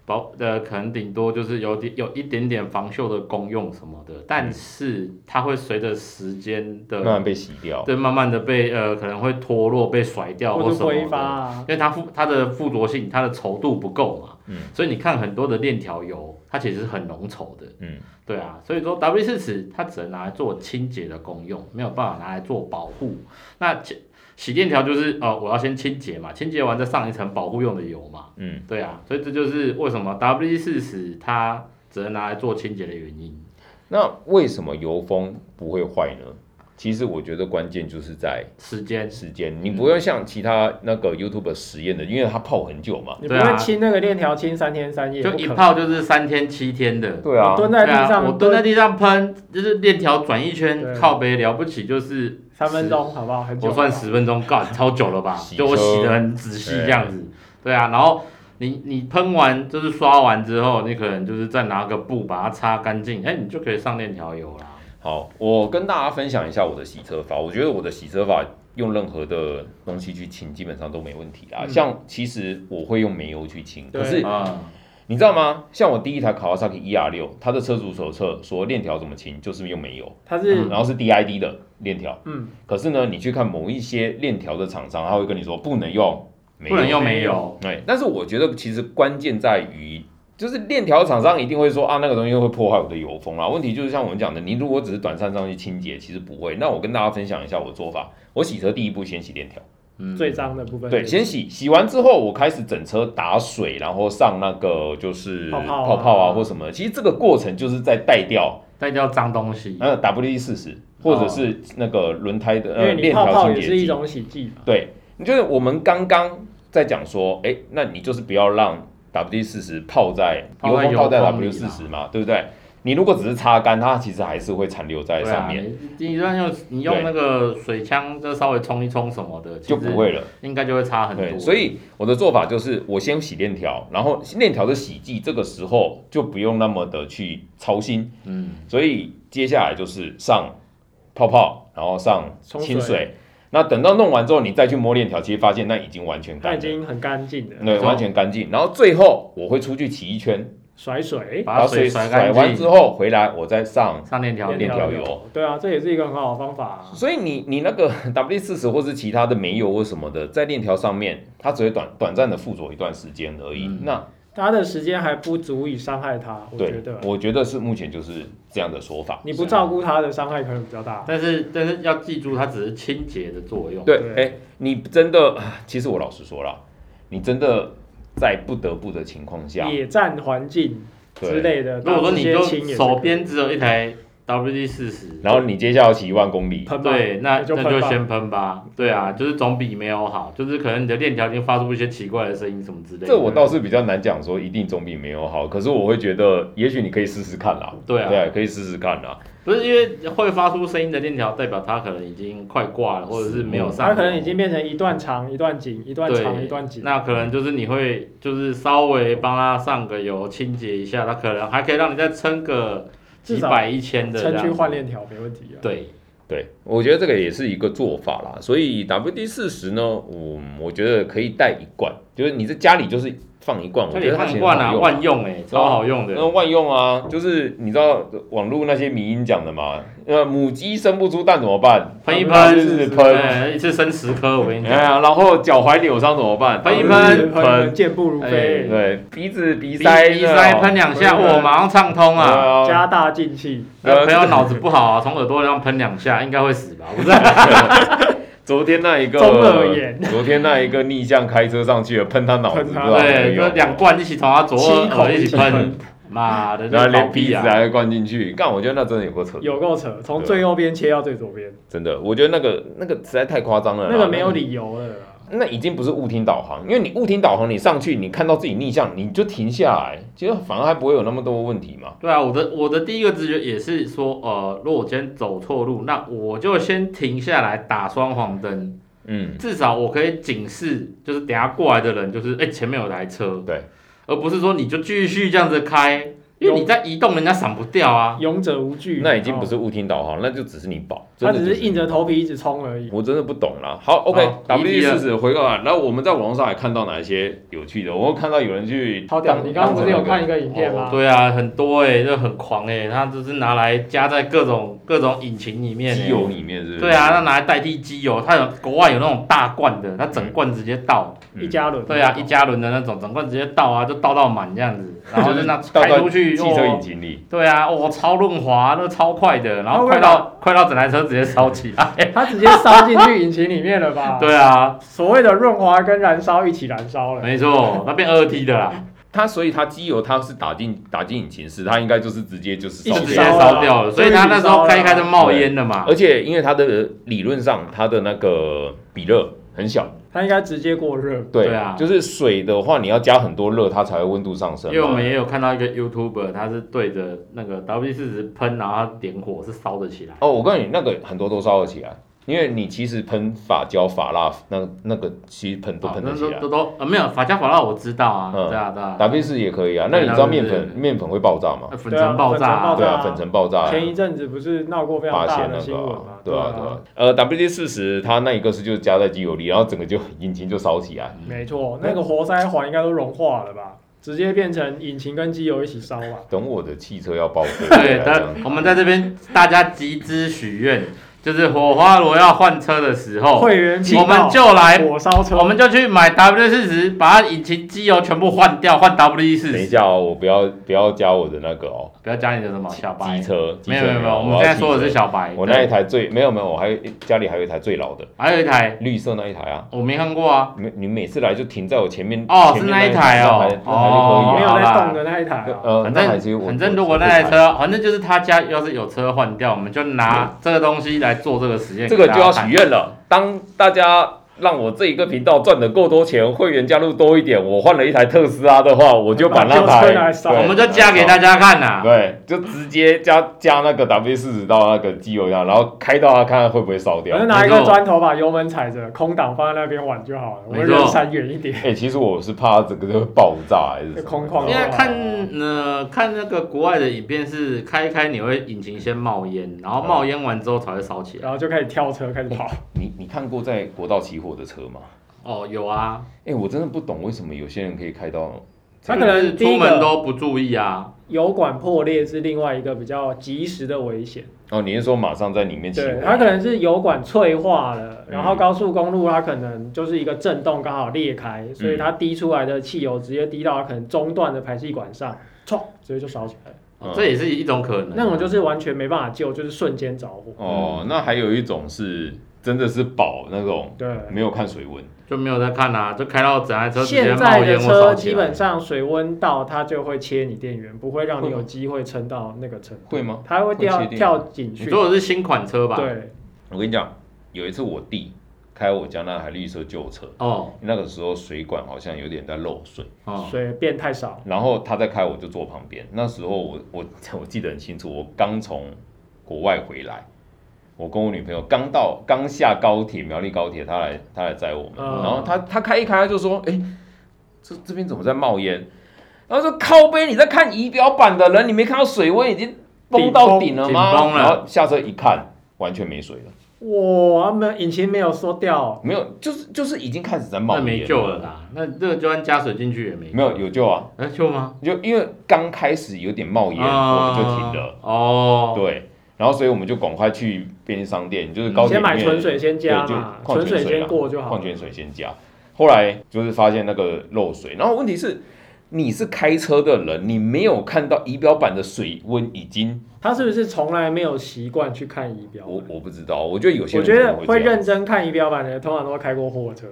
薄呃，可能顶多就是有点有一点点防锈的功用什么的，但是它会随着时间的嗯慢慢被洗掉。对，慢慢的被呃可能会脱落、被甩哦掉或或者什么挥发的，啊因，为它附它的附着性、它的稠度不够嘛，嗯所以你看很多的链条油，它其实是很浓稠的，嗯，对啊，所以说 W 四十它只能拿来做清洁的功用，没有办法拿来做保护。那洗洗链条就是呃，我要先清洁嘛，清洁完再上一层保护用的油嘛，嗯，对啊，所以这就是为什么 W 四十它只能拿来做清洁的原因。那为什么油封不会坏呢？其实我觉得关键就是在时间时间，你嗯不要像其他那个 YouTube 实验的，因为它泡很久嘛。你不对啊会清那个链条清三天三夜，就不一可能泡就是三天七天的，对啊你，蹲在对啊地上，我蹲在地上喷，就是链条转一圈对，靠背了不起就是三分钟，好不好？很久。我算十分钟，干超久了吧？洗车就我洗的很仔细这样子，对啊，然后你你喷完就是刷完之后，你可能就是再拿个布把它擦干净，哎、你就可以上链条油啦。好，我跟大家分享一下我的洗车法。我觉得我的洗车法用任何的东西去清，基本上都没问题啦。嗯像其实我会用煤油去清，对可是啊，你知道吗？像我第一台 Kawasaki ER 六，它的车主手册说链条怎么清，就是用煤油，它是嗯然后是 DID 的链条。嗯，可是呢，你去看某一些链条的厂商，他会跟你说不能用煤不能油。用煤油，哎对，但是我觉得其实关键在于，就是链条厂商一定会说啊，那个东西会破坏我的油封啊啦。问题就是像我们讲的，你如果只是短暂上去清洁，其实不会。那我跟大家分享一下我的做法，我洗车第一步先洗链条，嗯，最脏的部分。对，先洗，洗完之后我开始整车打水，然后上那个就是泡泡啊泡泡啊或什么的。其实这个过程就是在带掉再叫脏东西，呃 WD 四十或者是那个轮胎的因呃为你链泡条泡清也洁是一剂。种洗剂嘛。对，就是我们刚刚在讲说，哎、那你就是不要让 WD 四十泡在泡油在封泡油在封里啊 WD 四十嘛，对不对？你如果只是擦干，它其实还是会残留在对上啊，面，你你让用你用那个水枪，就稍微冲一冲什么的，就不，会了。应该就会差啊很对，多。所以我的做法就是，我先洗链条，然后链条的洗剂，这个时候就不用那么的去操心。嗯。所以接下来就是上泡泡，然后上冲清水水。那等到弄完之后，你再去摸链条，其实发现那已经完全它干已了，经很干净了，对，没错完全干净。然后最后我会出去骑一圈，甩水把把水水甩甩干完之净，后回来，我再上。上链条链油。条油。对啊，这也是一个很好的方法啊。所以你你那个 W 四十或是其他的煤油或什么的，在链条上面，它只会短短暂的附着一段时间而已。嗯那它的时间还不足以伤害它，我觉对得，。我觉得是目前就是这样的说法。你不照顾它的伤害可能比较大。但是但是要记住，它只是清洁的作用。对，哎、对你真的， 其实我老实说啦，你真的在不得不的情况下，野战环境之啊对，类的，如果说你当就这些清也是可以手边只有一台 WD 四十，然后你接下来要骑一万公里，喷吧对，那那就就喷吧先喷吧。对啊，就是总比没有好，就是可能你的链条已经发出一些奇怪的声音什么之类的。这我倒是比较难讲说一定总比没有好，可是我会觉得，也许你可以试试看啦。对啊对，可以试试看啦。不是因为会发出声音的链条，代表它可能已经快挂了，或者是没有上。它可能已经。变成一段长一段紧，一段长对一段紧。那可能就是你会就是稍微帮它上个油清洁一下，它可能还可以让你再撑个至几少百一千的这撑样去换链条没问题啊。对，对，我觉得这个也是一个做法啦。所以 WD 四十呢，我我觉得可以带一罐，就是你在家里就是放一罐，我这觉里得它看其实惯很啊，好用万用哎、超好用那的。万用啊，就是你知道网络那些迷音讲的嘛，呃，母鸡生不出蛋怎么办？喷一它喷，就是喷。哎一次生十颗，我跟你哎讲。呀，然后脚踝扭伤怎么办？喷一喷，喷喷。哎健步如飞，对，鼻子鼻鼻塞哦鼻塞喷两下，对对对我马上畅通啊！啊，加大进气。那朋友呃脑子不好啊，从耳朵上喷两下，应该会死吧？我不 知道。啊昨天那一个，中耳炎昨天那一个逆向开车上去了，喷他脑子，喷他不知道有没对，有就两罐一起从他左耳一起喷，妈的，然后连这连鼻逼子啊！还灌进去，干，我觉得那真的有够扯，有够扯，从对啊最右边切到最左边，真的，我觉得那个那个实在太夸张了啦，那个没有理由了啦。那已经不是误听导航，因为你误听导航，你上去你看到自己逆向，你就停下来，其实反而还不会有那么多问题嘛。对啊，我的我的第一个直觉也是说，呃，如果我今天走错路，那我就先停下来打双黄灯，嗯，至少我可以警示，就是等下过来的人，就是哎、前面有台车，对，而不是说你就继续这样子开，因为你在移动，人家闪不掉啊。勇者无惧，那已经不哦，是误听导航，那就只是你保，真他的只是就硬着头皮一直冲而已。我真的不懂啦。好好离题，OK，WD 了四十回过来，然后我们在网络上还看到哪一些有趣的？我看到有人去超屌！当你刚刚不是有看一？当成那个影片哦吗？对啊，很多哎、欸，这很狂哎、欸，它就是拿来加在各种各种引擎里面、个欸，机油里面是不是？对啊，那拿来代替机油，它有国外有那种大罐的，它整罐直接倒。嗯一加仑。对啊，一加仑的那种，整罐直接倒啊，就倒到满这样 子，然后就那倒开到出去，汽车哦引擎里，对啊，哦，超润滑，那超快的，然后那快味道到快到整台车直接烧起来。他直接烧进去引擎里面了 吧？，对啊，所谓的润滑跟燃烧一起燃烧哎了。没错，那变二 T 的啦，它所以它机油它是打进打进引擎室，它应该就是直接就是一烧就啊起直接烧掉烧掉了，所以它那时候开一开就冒烟了嘛而。且因为它的理论上它的那个比热很小，他应该直接过热，对对啊就是水的话你要加很多热，它才会温度上升嘛。因为我们也有看到一个 YouTuber，他是对着那个 W 四十喷，然后他点火是烧得起来。哦，我告诉你，那个很多都烧得起来，因为你其实喷发胶、发蜡，那那个其实喷都啊喷得那起都来。都都呃没有法加法拉我知道啊，嗯对啊对啊，打 B 四也可以啊，那你知道面粉对面粉会爆炸吗？呃粉对啊尘爆炸啊，粉尘爆炸对啊，粉尘爆炸啊。前一阵子不是闹过非常发大现的那新个闻啊嘛？，对啊，对啊，呃，WD 四十它那一个是就是加在机油里，然后整个就引擎就烧起来，嗯没错，那个活塞环应该都融化了吧？直接变成引擎跟机油一起烧吧。等我的汽车要报废，对，这但样我们在这边大家集资许愿，就是火花罗要换车的时候，会员哦我们就来，火烧车，我们就去买 W 四十，把它引擎机油全部换掉，换 W 四等一十。下哦，我不要不要加我的那个哦，不要加你的什么小啊白机，车，机没有车哦没有没有，我们要现在说的汽是车小白。我那一对台最没有没有，我还有家里还有一台最老的还有一台绿色那一台啊，我没看过啊，你你每次来就停在我前面哦前面是那一一台哦那台那没台就可以有啊哦在动的那一台啊。呃，反那台其实正我反正如果那台车，反正就是他家要是有车换掉，我们就拿这个东西来做这个实验。这个给就大家要看许愿了，当大家。让我这一个频道赚的够多钱，会员加入多一点，我换了一台特斯拉的话，我就把把旧那车拿台来烧对我们就加给大家看呐。对，就直接加加那个 W 四十到那个机油上，然后开到它看看会不会烧掉反。正拿一个砖头把油门踩着，空挡放在那边玩就好了。我没们错人闪远一点。哎、其实我是怕这个就会爆炸还是什么空旷你知因道为吗看呃看那个国外的影片是开一开你会引擎先冒烟，然后嗯冒烟完之后才会烧起来。然后就开始跳车，开始 跑。你你看过在国道起火的车吗？哦，有啊，哎、我真的不懂为什么有些人可以开到他可能就是第出一个门都不注意啊。油管破裂是另外一个比较及时的危险。哦，你是说马上在里面起火对，？它可能是油管脆化了，然后高速公路它可能就是一个震动刚好裂开，所以它滴出来的汽油直接滴到它可能中段的排气管上，唰，直接就烧起来了。哦嗯这也是一种可能。啊那种就是完全没办法救，就是瞬间着火。哦，那还有一种是真的是保那种对，没有看水温，就没有在看啊，就开到整台车直接现冒在的烟或烧车起基来本。上水温到它就会切你电源，不会让你有机会撑到那个程度。会吗？它会掉会切电源跳进你去。说的是新款车吧？。对，我跟你讲，有一次我弟开我家那台绿色旧车，哦那个时候水管好像有点在漏水，哦，水变太少，然后他在开，我就坐旁边。那时候我我 我记得很清楚，我刚从国外回来，我跟我女朋友刚到刚下高铁苗栗高铁，她来她来载我们，嗯然后她她开一开她就说，哎、这这边怎么在冒烟？然后说靠背，你在看仪表板的人，你没看到水温已经崩到顶了吗？紧绷了然后下车一看，完全没水了，哇，没有引擎没有缩掉，没有，就是就是已经开始在冒那烟，没救了，啦。那这个就算加水进去也没没有有救啊，有救吗？就因为刚开始有点冒烟，我们就停了。啊。哦，对，然后所以我们就赶快去便利商店，就是高你铁先里面买纯水先加对就嘛，矿纯泉水水先啊过就好矿。泉水先加。后来就是发现那个漏水，然后问题是你是开车的人，你没有看到仪表板的水温已经，他是不是从来没有习惯去看仪表？我我不知道，我觉得有些我人觉可得能会这样认真看仪表板的人，通常都会开过货车，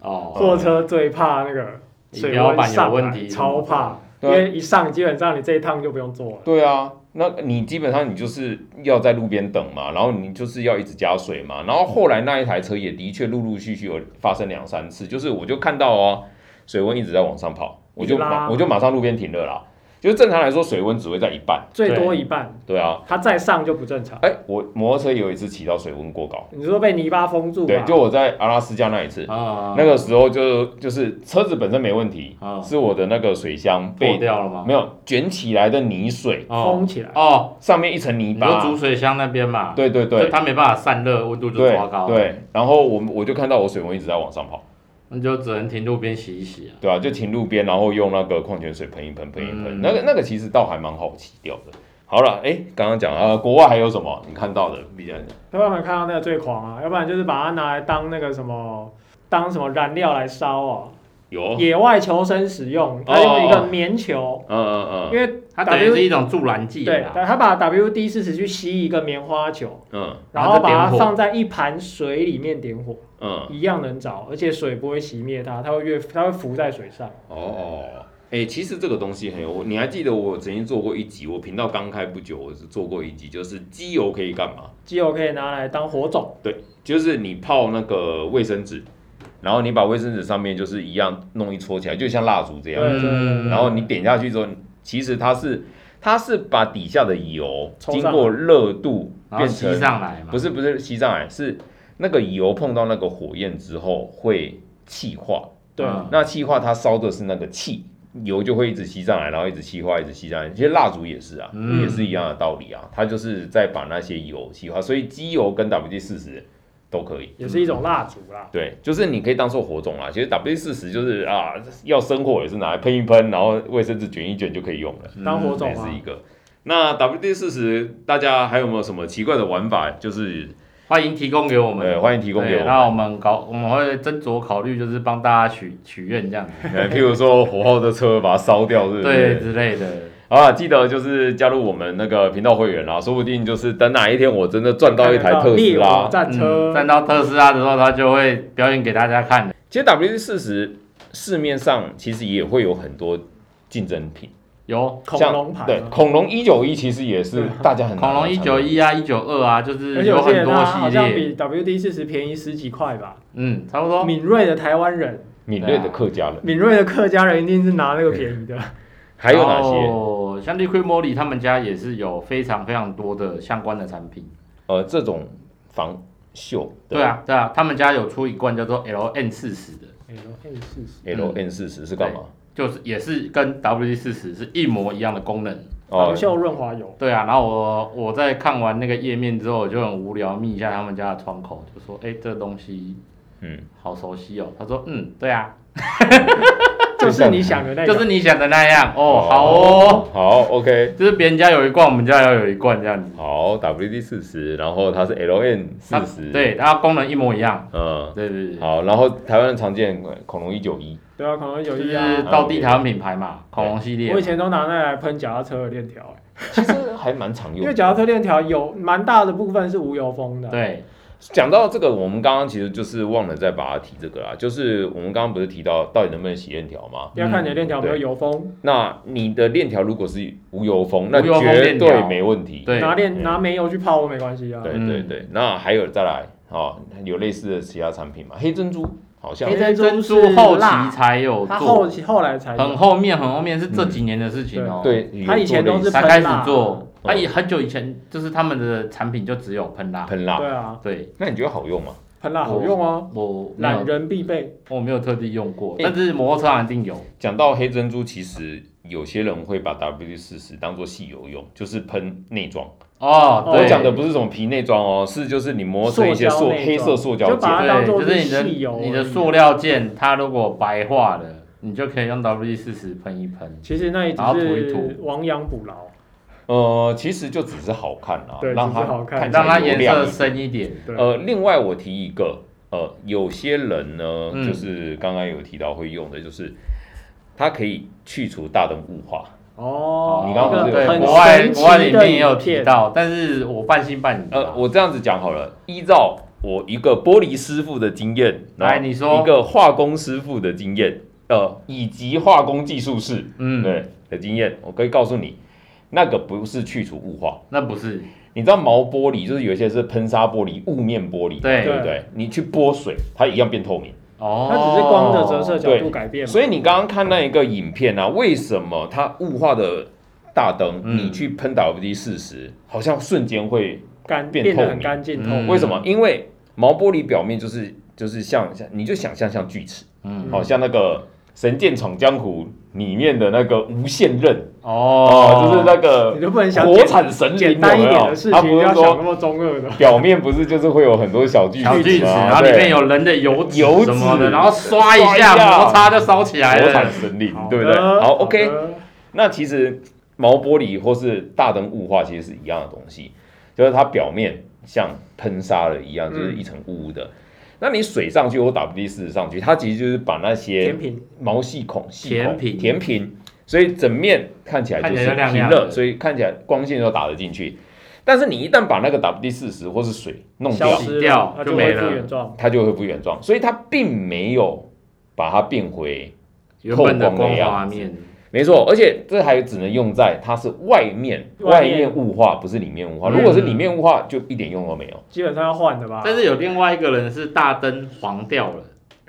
哦，货车最怕那个仪水表温板有上问来，题，超怕，因对啊为一上基本上你这一趟就不用做了。对啊，那你基本上你就是要在路边等嘛，然后你就是要一直加水嘛，然后后来那一台车也的确陆陆续续有发生两三次，就是我就看到哦，水温一直在往上跑，我就一直拉马我就马上路边停了啦。就是正常来说，水温只会在一半，最多一半，对啊。它再上就不正常。哎、我摩托车有一次骑到水温过高，你说被泥巴封住对吧，？就我在阿拉斯加那一次，啊，那个时候就就是车子本身没问题，啊是我的那个水箱破被掉了吗？没有卷起来的泥水，封哦起来，哦，上面一层泥你说巴，煮水箱那边嘛，对对对就，它没办法散热，温度就对抓高，，啊对，然后我们我就看到我水温一直在往上跑，那就只能停路边洗一洗啊。对啊，就停路边，然后用那个矿泉水喷一喷，喷一喷，嗯那个那个其实倒还蛮好洗掉的。好了，哎，刚刚讲啊，国外还有什么你看到的比较？都有没有看到那个最狂啊？要不然就是把它拿来当那个什么，当什么燃料来烧哦、有，嗯野外求生使用，它用一个棉球，嗯因为它等于 W- 是一种助燃剂对，啦，它把 WD 四十去吸一个棉花球，嗯嗯然然后后就点火把它放在一盘水里面点火，嗯，一样能着，而且水不会熄灭它，它会越它会浮在水上。哦。哎、其实这个东西很有，你还记得我曾经做过一集，我频道刚开不久，我是做过一集，就是机油可以干嘛？机油可以拿来当火种，嗯就是你泡那个卫生纸，然后你把卫生纸上面就是一样弄一撮起来，就像蜡烛这样，对对对嗯对，然后你点下去之后，其实它是它是把底下的油抽经上来过热度然后变吸成上来嘛，不是不是吸上来，是那个油碰到那个火焰之后会气化，对，嗯那气化它烧的是那个气，油就会一直吸上来，然后一直气化，一直吸上来。其实蜡烛也是啊，嗯也是一样的道理啊，它就是在把那些油气化，所以机油跟 WD 四十都可以。也是一种蜡烛啦。对，就是你可以当做火种啦。其实 W 四十就是啊，要生火也是拿来喷一喷，然后卫生纸卷一卷就可以用了，当火这种嗯也啊是一，个。那 WD 四十，大家还有没有什么奇怪的玩法？就是欢迎提供给我们呃，。欢迎提供给对啊我们。那我们搞，我们会斟酌考虑，就是帮大家许许愿这样子，呃，譬如说火后的车把它烧掉，是不是？对之类的。啊，记得就是加入我们那个频道会员啦，说不定就是等哪一天我真的赚到一台特斯烈火拉。战车嗯，站到特斯拉的时候，他就会表演给大家看的。其实 WD 四十市面上其实也会有很多竞争品，有恐像龙牌啊，对，恐龙一九一其实也是大家很难啊恐龙拿一出来九一啊，一九二啊，就而是且有我记得它很多好系像列。比 WD 四十便宜十几块吧。嗯，差不多。敏锐的台湾人，敏锐的客家人，敏锐的客家人一定是拿那个便宜的。还有哪些？些？像 Liquid Moly 他们家也是有非常非常多的相关的产品。呃，这种防锈对啊，对啊，他们家有出一罐叫做 LN 四十的， L 四十， L N 四十是干嘛？就是也是跟 WD 四十是一模一样的功能。哦防锈润滑油，对啊，然后我我在看完那个页面之后，我就很无聊，密一下他们家的窗口，就说：“哎、这东西嗯，好熟悉哦。”他说：“嗯，对啊，就是你想的那个，就是你想的那样哦，好哦，，好，OK，就是别人家有一罐，我们家也有一罐这样子。好，WD 四十，然后它是 L N 它四十，，啊对，它功能一模一样。嗯，对对对，好，然后台湾的常见恐龙一九一，对啊，可能有就一是啊。到地台湾品牌嘛，恐龙系列我以。前都拿那来喷脚踏车的链条，欸其实还蛮常因用为。脚踏车链条有蛮大的部分是无油封的。，对，讲到这个，我们刚刚其实就是忘了再把它提这个啦，就是我们刚刚不是提到到底能不能洗链条吗？要看你的链条有没有油封，那你的链条如果是无油封，那无油封绝链对条没问题。对拿嗯链拿煤油去泡没关系啊。对嗯对对，那还有再来哦，有类似的其他产品吗？黑珍珠好像黑珍珠珍是珠后期辣才有它后做，期后来才很有，嗯后面很后面是这几年的事情哦。，对，它以前都是才喷开始蜡做，嗯它也很久以前就是他们的产品就只有喷蜡。喷蜡，对啊，对，那你觉得好用吗？喷蜡好用哦，我没懒有，人哎必备。我没有特地用过，欸但是摩托车上一定有。讲到黑珍珠，其实有些人会把 WD 四十当做吸油用，就是喷内装，哦，我对，讲的不是什么皮内装哦，是就是你磨成一塑些胶塑内装黑色塑胶就件把。它当做对，就是是你的汽油而已啊你的塑料件，它如果白化了，你就可以用 W 四十喷一喷。嗯其实那也只然后涂一是涂亡羊补牢，呃，其实就只是好看啊，对让只它是好看起来让它有颜亮色一点深一点，对，呃，另外我提一个，呃，有些人呢，嗯就是刚刚有提到会用的，就是它可以去除大灯雾化。哦，你刚刚不一是有个对很国外神奇国外里的面也有影提片到，但是我半信半疑呃啊。，我这样子讲好了，依照我一个玻璃师傅的经验，然后哎来你说一个化工师傅的经验，呃，以及化工技术士嗯，对的经验，我可以告诉你，那个不是去除雾化。那不是你知道毛玻璃就是有一些是喷砂玻璃、雾面玻璃，对对不对？你去泼水，它一样变透明。哦，它只是光的折射角度改变嘛，所以你刚刚看那一个影片啊，为什么它雾化的大灯，嗯你去喷 WD 四十，好像瞬间会？干变变得透很明干净透嗯明，为什么？因为毛玻璃表面就是就是像像，你就想象像锯齿，嗯好、像那个《神剑闯江湖》里面的那个无限刃嗯哦，就是那个你就不能想火简产神灵，简单一有没点有的事他情，不不是要想那说么中二的。表面不是就是会有很多小锯齿啊小锯齿，吗然后里面对有人的油脂油什么的，脂然后刷一刷下一下摩擦就烧起来火产了。神灵好，对不对？的好，OK，嗯的那其实毛玻璃或是大灯雾化其实是一样的东西，就是它表面像喷砂了一样，嗯就是一层雾雾的。那你水上去或 WD 四十上去，它其实就是把那些甜品毛细孔、细填孔平填平，所以整面看起来看就起是来就亮平亮了，的所以看起来光线都打得进去。但是你一旦把那个 WD 四十或是水弄消掉，失掉它就就没恢复了原状。它就会恢复原状，所以它并没有把它变回原本的透光光的画样子面，没错，而且这还只能用在它是外面外外面面雾化，不是里面雾化。嗯如果是里面雾化，就一点用都没有。基本上要换的吧。但是有另外一个人是大灯黄掉了，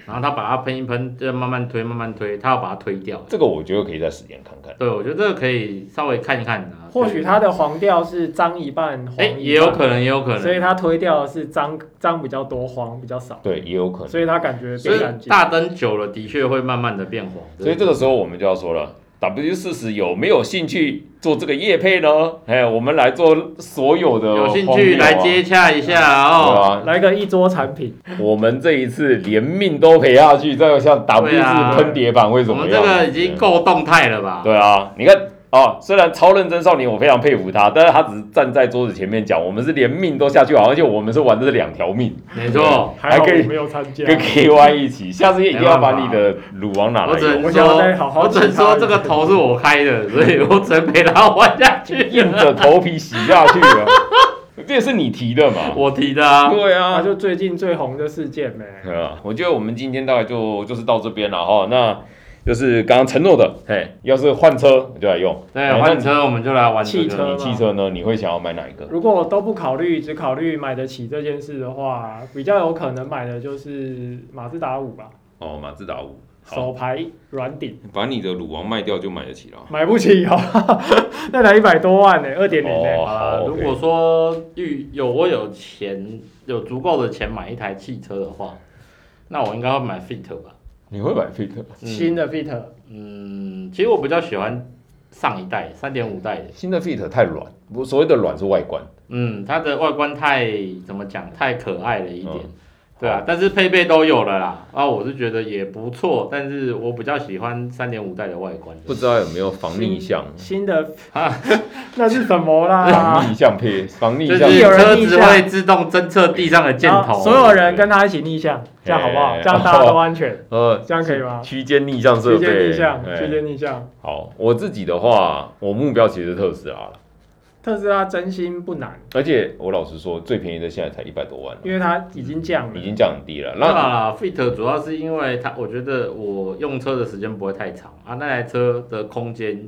然后他把它喷一喷，就慢慢推，慢慢推，他要把它推掉。这个我觉得可以再实验看看。对，我觉得这个可以稍微看一看啊。或许它的黄调是脏一半，黄哎一半也有可能，也有可能，所以它推掉的是脏脏比较多，黄比较少，对，也有可能。所以它感觉所变以干净。大灯久了的确会慢慢的变黄。所以这个个时候我们就要说了，W 四十有没有兴趣做这个业配呢？哎，我们来做所有的、啊有兴趣来。接洽一下对哦。啊，来个一桌产品，我们这一次连命都赔下去，再像 W 对啊四喷碟版会我怎么嗯们样？这个已经够动态了吧？对啊，你看哦，虽然超认真少年，我非常佩服他，但是他只是站在桌子前面讲，我们是连命都下去玩，而且我们是玩的是两条命，没错，还好还可以我没有参加。跟 KY 一起，下次也一定要没办把法你的乳王拿我来只用，能我想要说再好，好我只能请他说一这个次头是我开的，所以我只能陪他玩下去。硬着头皮洗下去了。 这也是你提的嘛？我提的啊，对啊，啊，就最近最红的事件呗。对啊，我觉得我们今天大概就就是到这边了哈。那就是刚刚承诺的，嘿，要是换车我就来用。对，哎换车我们就来玩这汽车那个。你汽车呢？你会想要买哪一个？如果我都不考虑，只考虑买得起这件事的话，比较有可能买的就是马自达五吧，哦，马自达五。好，手牌软顶，把你的乳王卖掉就买得起了。买不起哦， 那才一百多万呢、2二点零呢。哦好啦好如，OK 果说遇有我有钱，有足够的钱买一台汽车的话，那我应该会买 Fit 吧。你会买 Fit？嗯新的 Fit，嗯，其实我比较喜欢上一代三点五代的，新的 Fit 太软，我所谓的软是外观，嗯，它的外观太怎么讲，太可爱了一点。嗯对啊，但是配备都有了啦，啊，我是觉得也不错，但是我比较喜欢三点五代的外观。不知道有没有防逆向、新的啊 那是什么啦防？逆向配、啊防逆就向是有人车逆子向会自动侦测地上的 箭然头，后所有人跟他一起逆向，这样好不好？哎这样大家都安 全，呃这样可以吗？区间逆向设区备。间逆向，哎区间逆向。好，我自己的话，我目标其实是特斯拉了，特斯拉真心不难，而且我老实说，最便宜的现在才一百多万了因为它已经降了已。经降很低了。那啊那啦啊 Fit 主要是因为它，我觉得我用车的时间不会太长啊，那台车的空间，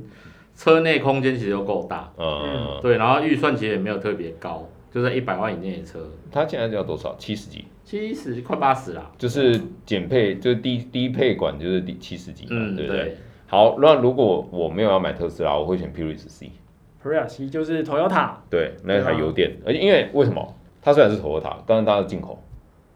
车内空间其实就够大，呃，嗯对，然后预算其实也没有特别高，就在一百万以内的车，它现在要多少？七十几，七十快八十啦，就是减配，就是低低配管就是低七十几嘛，嗯，对不对？对，好，那如果我没有要买特斯拉，我会选 Prius C。 Prius 就是 Toyota 对，那一台对啊油电，而且因为为什么？它虽然是 Toyota，但是它的进口，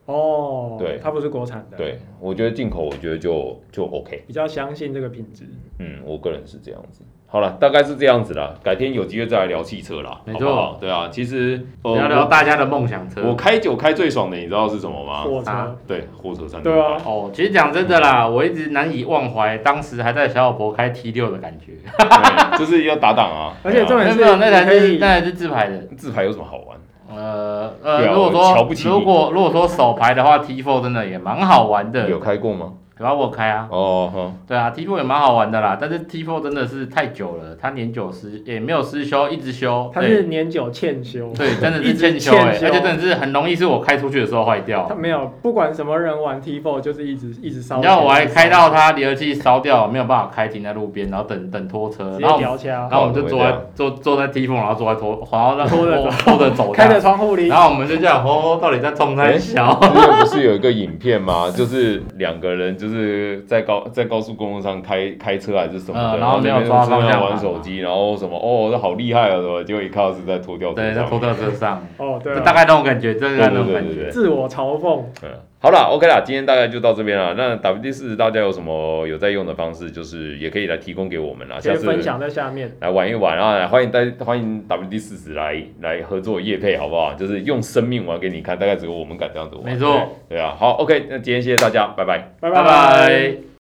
哦，对它不是国产的，，对我觉得进口，我觉得就就 OK，比较相信这个品质。嗯，我个人是这样子。好了，大概是这样子啦。改天有机会再来聊汽车啦，没好错不好对啊，其实呃聊聊大家的梦想车。我我开酒开最爽的，你知道是什么吗？火车啊，对，货车三对啊，哦，其实讲真的啦，我一直难以忘怀当时还在小老婆开 T 六的感觉。对就是要打档啊。 而且重对啊点是没有，那台你可是以那台是自排的。自排有什么好玩？呃呃，对啊如果我瞧不说起你如果如果说手排的话，T four 真的也蛮好玩的。有开过吗？有啊，我有开啊。哦，哼对啊，T four 也蛮好玩的啦，但是 T four 真的是太久了，它年久失也没有失修，一直修。它是对年久欠修，对，真的一是直欠修哎、欠修而且真的是很容易是我开出去的时候坏掉它。没有，不管什么人玩 T4 就是一直一直烧钱。你知道我还开到它离合器烧掉，没有办法开，停在路边，然后等等拖车，直接然后我们掉掐然，后我们就哦坐在怎么坐坐在 T 缝，然后坐在拖，然后让拖着走拖着走这开着样，窗户里然，后我们就这样，哦，到底在冲在小？ 之前不是有一个影片吗？就是两个人就是在高在高速公路上开开车还是什么的，嗯然后没有在那边抓方向在那边盘啊玩手机，然后什么哦，这好厉害啊，什么，结果一看到是在拖吊车对，在上拖面。到车上，哦，对就啊，大概那种感觉，就是那种感对对对啊对觉。自我嘲讽，嗯，好了，OK 啦，今天大概就到这边了。那 WD 四十大家有什么有在用的方式，就是也可以来提供给我们啦，直下接次分享在下面。来玩一玩啊！欢迎大欢迎 WD 四十来来合作夜配，好不好？就是用生命玩给你看，大概只有我们敢这样子玩。没错，对啊。好，OK，那今天谢谢大家，拜拜。拜拜拜。